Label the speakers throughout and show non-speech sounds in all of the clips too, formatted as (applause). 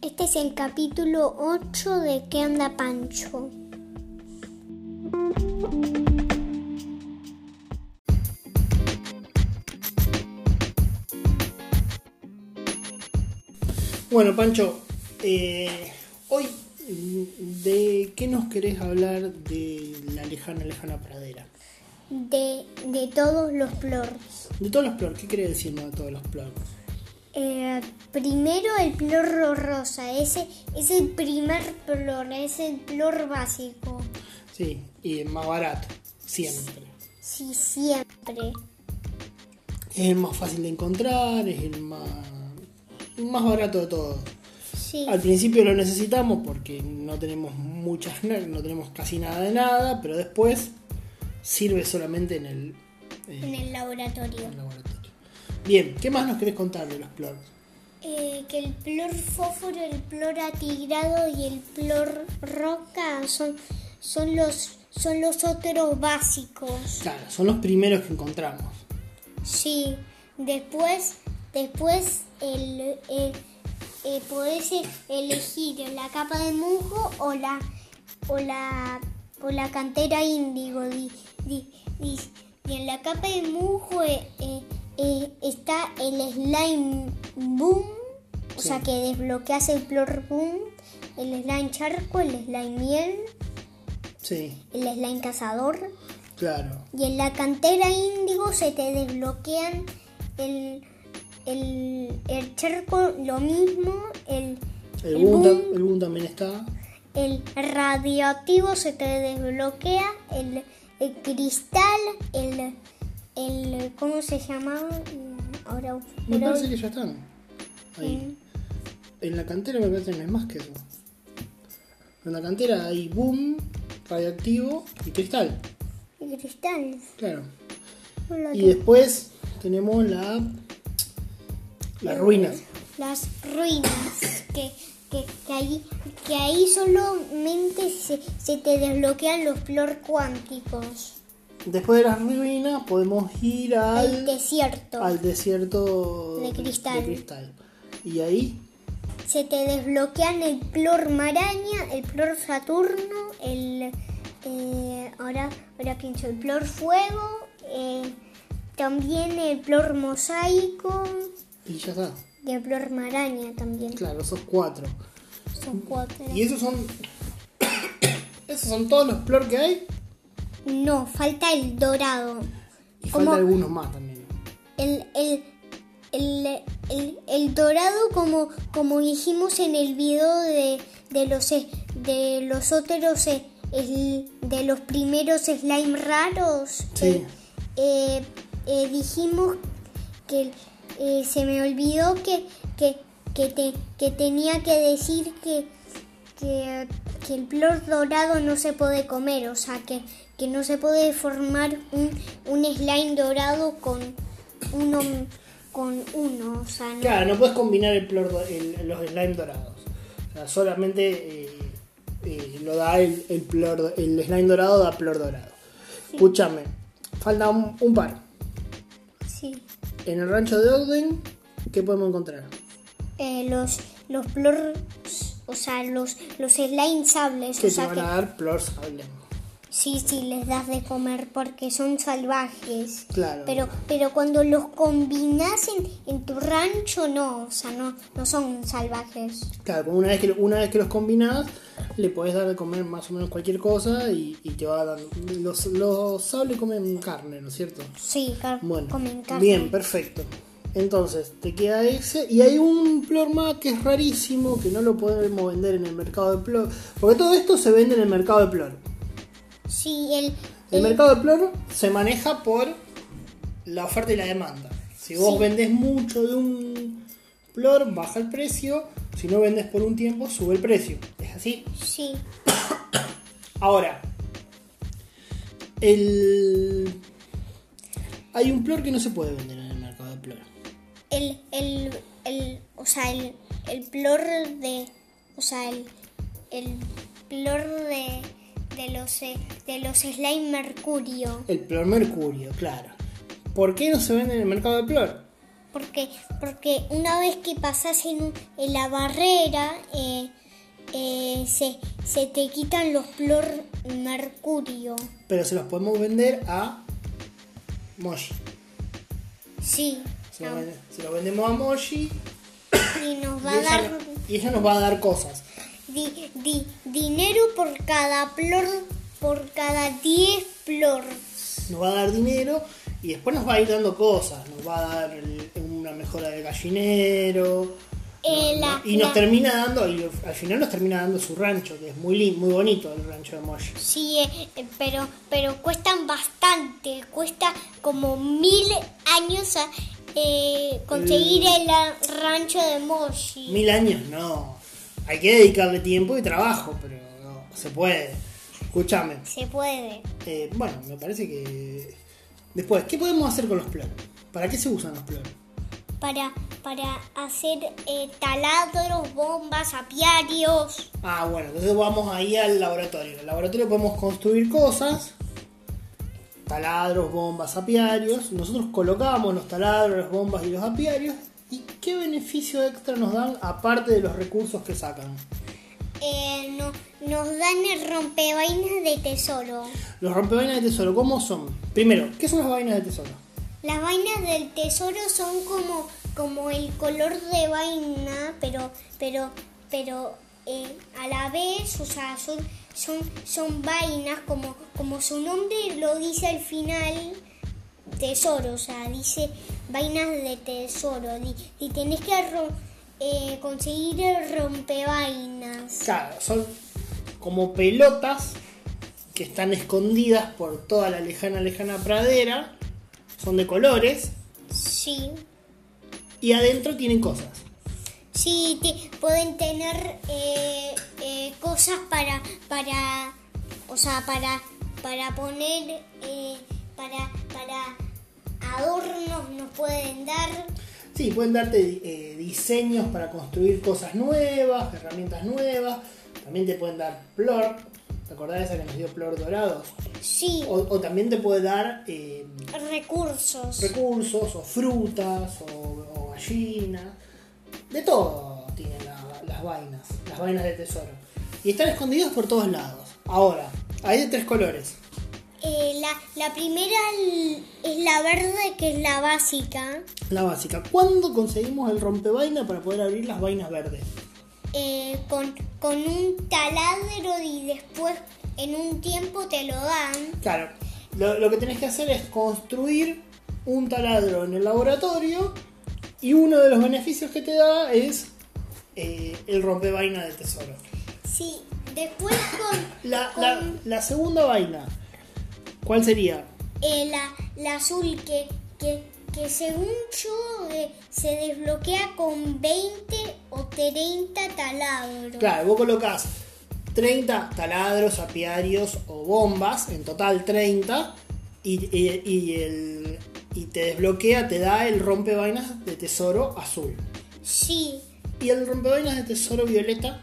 Speaker 1: Este es el capítulo 8 de ¿Qué anda Pancho?
Speaker 2: Bueno, Pancho, eh, hoy de qué nos querés hablar de la lejana, lejana pradera.
Speaker 1: De, de todos los plorros.
Speaker 2: De todos los plorros, ¿qué querés decirnos de todos los plorros?
Speaker 1: Eh, primero el plorro rosa, ese es el primer plor, es el plor básico.
Speaker 2: Sí, y el más barato, siempre.
Speaker 1: Sí, siempre.
Speaker 2: Es el más fácil de encontrar, es el más, el más barato de todos.
Speaker 1: Sí.
Speaker 2: Al principio lo necesitamos porque no tenemos muchas ner- no tenemos casi nada de nada, pero después sirve solamente en el, eh,
Speaker 1: En el
Speaker 2: en
Speaker 1: laboratorio.
Speaker 2: el laboratorio. Bien, ¿qué más nos querés contar de los plorros?
Speaker 1: Eh, que el plor fósforo, el plor atigrado y el plor roca son, son, los, son los otros básicos.
Speaker 2: Claro, son los primeros que encontramos.
Speaker 1: Sí, después, después el, eh, eh, podés e- elegir la capa de musgo o la, o la, o la cantera índigo. Di- di- di- y en la capa de musgo eh, eh, eh, está el slime boom, o
Speaker 2: Sí.
Speaker 1: sea que desbloqueas el plor boom, el slime charco, el slime miel,
Speaker 2: Sí,
Speaker 1: el slime cazador.
Speaker 2: claro.
Speaker 1: Y en la cantera índigo se te desbloquean el, el, el charco, lo mismo, el,
Speaker 2: El,
Speaker 1: el
Speaker 2: boom,
Speaker 1: boom,
Speaker 2: tam- el boom también está.
Speaker 1: el radioactivo se te desbloquea, el, el cristal, el, el, ¿cómo se llamaba? Mm, Ahora,
Speaker 2: Me
Speaker 1: pero-
Speaker 2: parece que ya están. Ahí. En la cantera me parece que no es más que eso. En la cantera hay boom, radioactivo y cristal.
Speaker 1: el cristal.
Speaker 2: Claro.
Speaker 1: no lo
Speaker 2: Y
Speaker 1: tengo.
Speaker 2: después tenemos la. Las ruinas.
Speaker 1: las ruinas que, que, que ahí, que ahí solamente se, se te desbloquean los flor cuánticos
Speaker 2: Después de las ruinas podemos ir
Speaker 1: el
Speaker 2: al,
Speaker 1: desierto
Speaker 2: al desierto
Speaker 1: De cristal.
Speaker 2: cristal. Y ahí,
Speaker 1: se te desbloquean el flor maraña el flor saturno el eh, ahora ahora pienso el flor fuego eh, también el flor mosaico
Speaker 2: y ya está.
Speaker 1: y el flor maraña también
Speaker 2: Claro, esos cuatro.
Speaker 1: son cuatro
Speaker 2: Y esos son. (coughs) esos son todos los plor que hay.
Speaker 1: no falta el dorado
Speaker 2: Y
Speaker 1: ¿Cómo?
Speaker 2: falta algunos más también.
Speaker 1: el, el, el, el- el dorado como, como dijimos en el video de, de los eh, de los otros eh, el- de los primeros slime raros
Speaker 2: Sí.
Speaker 1: eh, eh, dijimos que eh, se me olvidó que, que, que, te- que tenía que decir que, que, que el flor dorado no se puede comer, o sea, que, que no se puede formar un, un slime dorado con uno, con uno, o sea, no-
Speaker 2: Claro, no puedes combinar el plor do- el- los slime dorados. O sea, solamente eh, eh, lo da el, el plor do- el slime dorado da plor dorado. Escúchame, falta un, un par.
Speaker 1: sí.
Speaker 2: En el rancho de Orden, ¿qué podemos encontrar?
Speaker 1: Eh, los, los plor, o sea, los, los slime sables,
Speaker 2: Que
Speaker 1: o
Speaker 2: te
Speaker 1: sea,
Speaker 2: van
Speaker 1: que,
Speaker 2: a dar plor sable.
Speaker 1: sí, sí, les das de comer porque son salvajes.
Speaker 2: Claro.
Speaker 1: Pero, pero cuando los combinas en, en tu rancho, no, o sea, no, no son salvajes.
Speaker 2: Claro, como una vez que, lo- una vez que los combinás, le podés dar de comer más o menos cualquier cosa y, y te va dando. Los, los sables comen carne, ¿no es cierto?
Speaker 1: Sí, car-
Speaker 2: Bueno,
Speaker 1: comen carne.
Speaker 2: bien, perfecto. Entonces, te queda ese. Y hay un plor más que es rarísimo, que no lo podemos vender en el mercado de plor. Porque todo esto se vende en el mercado de plor.
Speaker 1: Sí, el,
Speaker 2: El
Speaker 1: el-
Speaker 2: mercado de plor se maneja por la oferta y la demanda. Si vos
Speaker 1: Sí.
Speaker 2: vendés mucho de un plor, baja el precio. Si no vendés por un tiempo, sube el precio. Es así.
Speaker 1: sí,
Speaker 2: Ahora, el... hay un plor que no se puede vender en el mercado de plor.
Speaker 1: el, el, el- o sea, el, el plor de, o sea, el, el plor de, de los, eh, de los slime mercurio.
Speaker 2: El plor mercurio, claro. ¿Por qué no se vende en el mercado de plor?
Speaker 1: porque, porque una vez que pasas en, un- en la barrera, eh, eh, se, se te quitan los plor mercurio.
Speaker 2: Pero se los podemos vender a Moshi.
Speaker 1: Sí,
Speaker 2: Se, los
Speaker 1: no,
Speaker 2: vende- se los vendemos a Moshi
Speaker 1: y nos va
Speaker 2: y
Speaker 1: a
Speaker 2: ella,
Speaker 1: dar
Speaker 2: y ella nos va a dar cosas.
Speaker 1: di- di- dinero por cada plor, por cada 10 plor.
Speaker 2: Nos va a dar dinero y después nos va a ir dando cosas. Nos va a dar el- una mejora de gallinero.
Speaker 1: Eh,
Speaker 2: no-
Speaker 1: la-
Speaker 2: y nos
Speaker 1: la-
Speaker 2: termina dando, y al final nos termina dando su rancho, que es muy lindo, muy bonito el rancho de Moshi.
Speaker 1: Sí, eh, eh, pero, pero cuestan bastante, cuesta como mil años a- eh, conseguir el ah, rancho de Moshi.
Speaker 2: Mil años no. Hay que dedicarle tiempo y trabajo, pero no se puede. Escúchame.
Speaker 1: Se puede.
Speaker 2: Eh, bueno, me parece que. Después, ¿qué podemos hacer con los ploros? ¿Para qué se usan los ploros?
Speaker 1: Para, para hacer eh, taladros, bombas, apiarios.
Speaker 2: Ah, bueno, entonces vamos ahí al laboratorio. En el laboratorio podemos construir cosas. Taladros, bombas, apiarios. Nosotros colocamos los taladros, las bombas y los apiarios. ¿Y qué beneficio extra nos dan aparte de los recursos que sacan?
Speaker 1: Eh, no, nos dan el rompevainas de tesoro.
Speaker 2: Los rompevainas de tesoro, ¿cómo son? Primero, ¿qué son las vainas de tesoro?
Speaker 1: Las vainas del tesoro son como, como el color de vaina, pero, pero, pero eh, a la vez, o sea, son, son, son vainas, como, como su nombre lo dice al final, tesoro, o sea, dice vainas de tesoro. Y, y tenés que ro- eh, conseguir el rompevainas.
Speaker 2: Claro, son como pelotas que están escondidas por toda la lejana, lejana pradera. Son de colores
Speaker 1: Sí.
Speaker 2: y adentro tienen cosas.
Speaker 1: Sí, te- pueden tener eh, eh, cosas para, para, o sea, para, para poner, eh, para, para adornos nos pueden dar.
Speaker 2: Sí, pueden darte eh, diseños para construir cosas nuevas, herramientas nuevas. También te pueden dar plor. ¿Te acordás de esa que nos dio plor dorados?
Speaker 1: Sí,
Speaker 2: O, o también te puede dar eh,
Speaker 1: recursos.
Speaker 2: recursos, o frutas, o, o gallinas. De todo tienen la- las vainas, las vainas de tesoro. Y están escondidos por todos lados. Ahora, hay de tres colores.
Speaker 1: Eh, la, la primera l- es la verde, que es la básica.
Speaker 2: La básica. ¿Cuándo conseguimos el rompevaina para poder abrir las vainas verdes?
Speaker 1: eh, con, con un taladro y después en un tiempo te lo dan.
Speaker 2: Claro, lo, lo que tenés que hacer es construir un taladro en el laboratorio y uno de los beneficios que te da es eh, el rompevaina de tesoro.
Speaker 1: Sí, después con...
Speaker 2: La,
Speaker 1: con-
Speaker 2: la- la segunda vaina, ¿cuál sería?
Speaker 1: eh, la, la azul que, que, que según yo eh, se desbloquea con 20 o 30 taladros.
Speaker 2: Claro, vos colocas 30 taladros, apiarios o bombas, en total 30, y, y- y el- y te desbloquea, te da el rompevainas de tesoro azul.
Speaker 1: Sí,
Speaker 2: Y el rompevainas de tesoro violeta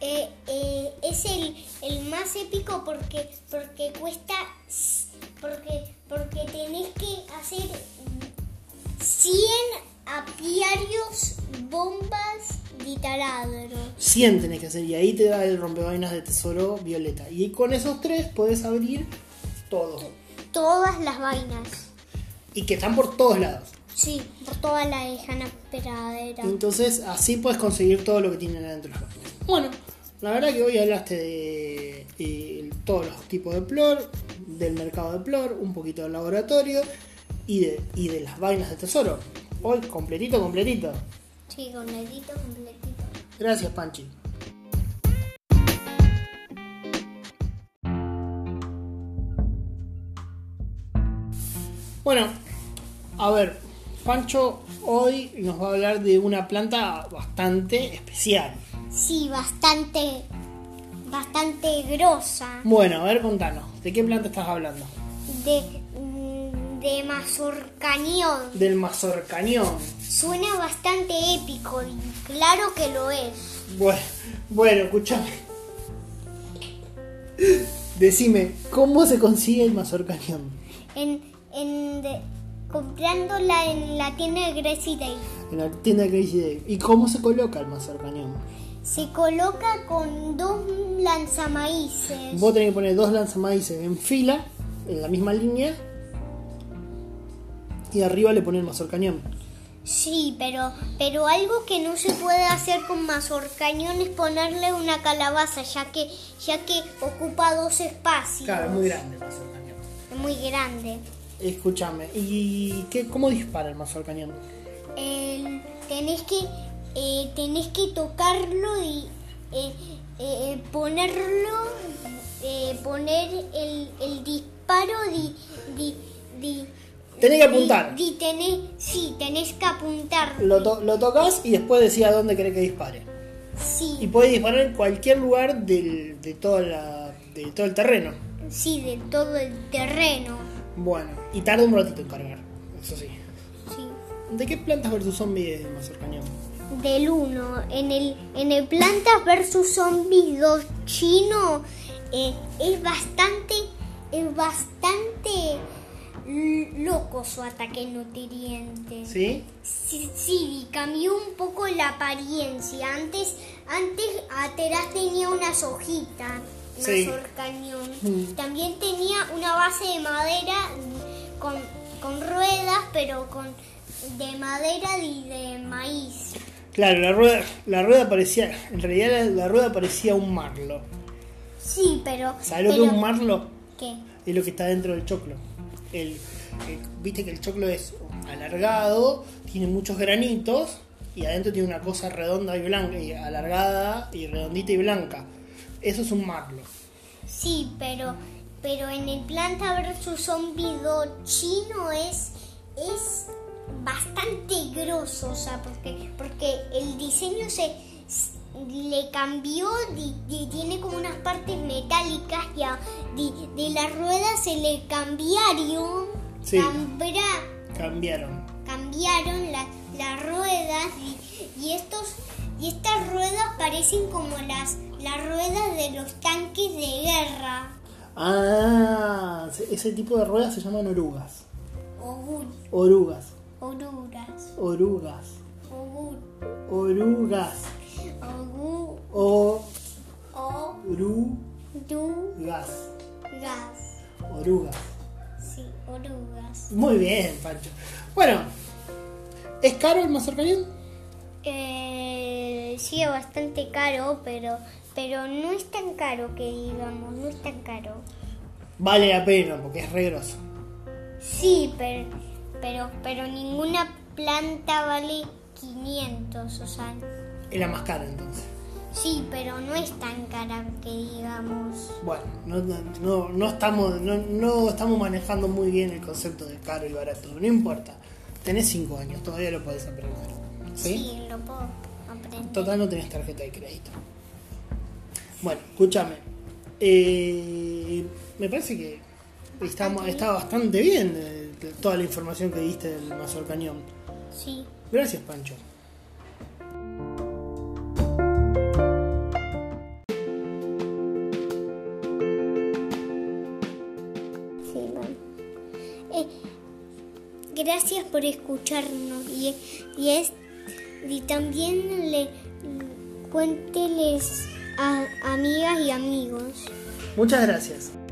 Speaker 1: eh, eh, es el, el más épico porque, porque cuesta... s- Porque, porque tenés que hacer 100 apiarios, bombas y taladros.
Speaker 2: 100 tenés que hacer y ahí te da el rompevainas de tesoro violeta. Y con esos tres podés abrir todo.
Speaker 1: Todas las vainas.
Speaker 2: Y que están por todos lados.
Speaker 1: Sí, por toda la lejana pradera.
Speaker 2: Mm. Entonces así puedes conseguir todo lo que tienen adentro los vainas. Bueno, la verdad que hoy hablaste de eh, todos los tipos de plor, del mercado de plor, un poquito del laboratorio y de, y de las vainas de tesoro. Hoy completito, completito.
Speaker 1: Sí, con dedito completito.
Speaker 2: Gracias, Panchi. Bueno, a ver, Pancho hoy nos va a hablar de una planta bastante especial.
Speaker 1: Sí, bastante, bastante grosa.
Speaker 2: Bueno, a ver, contanos, ¿de qué planta estás hablando?
Speaker 1: De, mm, de mazorcañón.
Speaker 2: Del mazorcañón.
Speaker 1: Suena bastante épico y claro que lo es.
Speaker 2: Bueno, bueno, escúchame. Decime, ¿cómo se consigue el mazorcañón?
Speaker 1: En, en, de- comprándola en la tienda de Gracie Day.
Speaker 2: En la tienda de Crazy Dave. ¿Y cómo se coloca el mazorcañón?
Speaker 1: Se coloca con dos lanzamaíces.
Speaker 2: Vos tenés que poner dos lanzamaíces en fila, en la misma línea. Y arriba le pones el mazorcañón.
Speaker 1: Sí, pero, pero algo que no se puede hacer con mazorcañón es ponerle una calabaza, ya que, ya que ocupa dos espacios.
Speaker 2: muy grande el mazorcañón.
Speaker 1: Es muy grande.
Speaker 2: Escúchame, ¿y qué, cómo dispara el mazorcañón?
Speaker 1: El- tenés que eh, tenés que tocarlo y eh, eh, ponerlo eh, poner el, el disparo di, di, di-
Speaker 2: Tenés que
Speaker 1: di-
Speaker 2: apuntar.
Speaker 1: di- tenés, sí, tenés que apuntar.
Speaker 2: Lo, to- lo tocas y después decís a dónde querés que dispare. Y
Speaker 1: Sí,
Speaker 2: puede disparar en cualquier lugar del- de, toda la- de todo el terreno.
Speaker 1: sí, de todo el terreno.
Speaker 2: Bueno, y tarda un ratito en cargar, eso sí.
Speaker 1: Sí.
Speaker 2: ¿De qué plantas versus zombies el mazorcañón?
Speaker 1: Del 1. En el, en el Plantas vs Zombies 2 chino eh, es bastante. Es bastante l- loco su ataque nutriente.
Speaker 2: ¿Sí?
Speaker 1: Sí, sí, y cambió un poco la apariencia. Antes, antes Ateras tenía unas hojitas,
Speaker 2: Sí.
Speaker 1: mazorcañón.
Speaker 2: Mm.
Speaker 1: También tenía una base de madera con, con ruedas, pero con de madera y de maíz.
Speaker 2: Claro, la rueda, la rueda parecía, en realidad la, la rueda parecía un marlo.
Speaker 1: Sí, pero.
Speaker 2: ¿Sabes lo que
Speaker 1: pero-
Speaker 2: es un marlo?
Speaker 1: ¿Qué?
Speaker 2: Es lo que está dentro del choclo. El, el- Viste que el choclo es alargado, tiene muchos granitos y adentro tiene una cosa redonda y blanca, y alargada y redondita y blanca. Eso es un marlo.
Speaker 1: Sí, pero. Pero en el Planta vs Zombie 2 chino es. es bastante grosso, o sea, porque, porque el diseño se. s- le cambió di- di- tiene como unas partes metálicas y a- di- de las ruedas se le cambiaron
Speaker 2: Sí.
Speaker 1: cambra-
Speaker 2: Cambiaron.
Speaker 1: cambiaron la- las ruedas y, y estos y estas ruedas parecen como las las ruedas de los tanques de guerra
Speaker 2: Ah, se- ese tipo de ruedas se llaman orugas.
Speaker 1: o gu-
Speaker 2: Orugas.
Speaker 1: oruras
Speaker 2: Orugas.
Speaker 1: o gu-
Speaker 2: Orugas.
Speaker 1: o gu- o
Speaker 2: Orugas.
Speaker 1: du- gas
Speaker 2: Orugas.
Speaker 1: sí orugas
Speaker 2: Muy bien, Pancho. Bueno, ¿es caro el mazorcañón?
Speaker 1: eh, sí es bastante caro pero pero no es tan caro que digamos no es tan caro
Speaker 2: Vale la pena porque es re grosso.
Speaker 1: Sí, pero, pero, pero ninguna planta vale 500, o sea,
Speaker 2: Es la más cara entonces.
Speaker 1: sí, pero no es tan cara que digamos.
Speaker 2: Bueno, no, no- no- no estamos, no, no estamos manejando muy bien el concepto de caro y barato. No importa. Tenés 5 años, todavía lo podés aprender. ¿Sí?
Speaker 1: Sí, lo puedo aprender.
Speaker 2: Total, no tenés tarjeta de crédito. Bueno, escúchame. Eh, me parece que está,
Speaker 1: Bastante bien.
Speaker 2: está bastante bien eh, toda la información que diste del mazorcañón.
Speaker 1: Sí.
Speaker 2: Gracias, Pancho.
Speaker 1: Sí, bueno. Eh, gracias por escucharnos y, y, es, y también le cuénteles a amigas y amigos.
Speaker 2: Muchas gracias.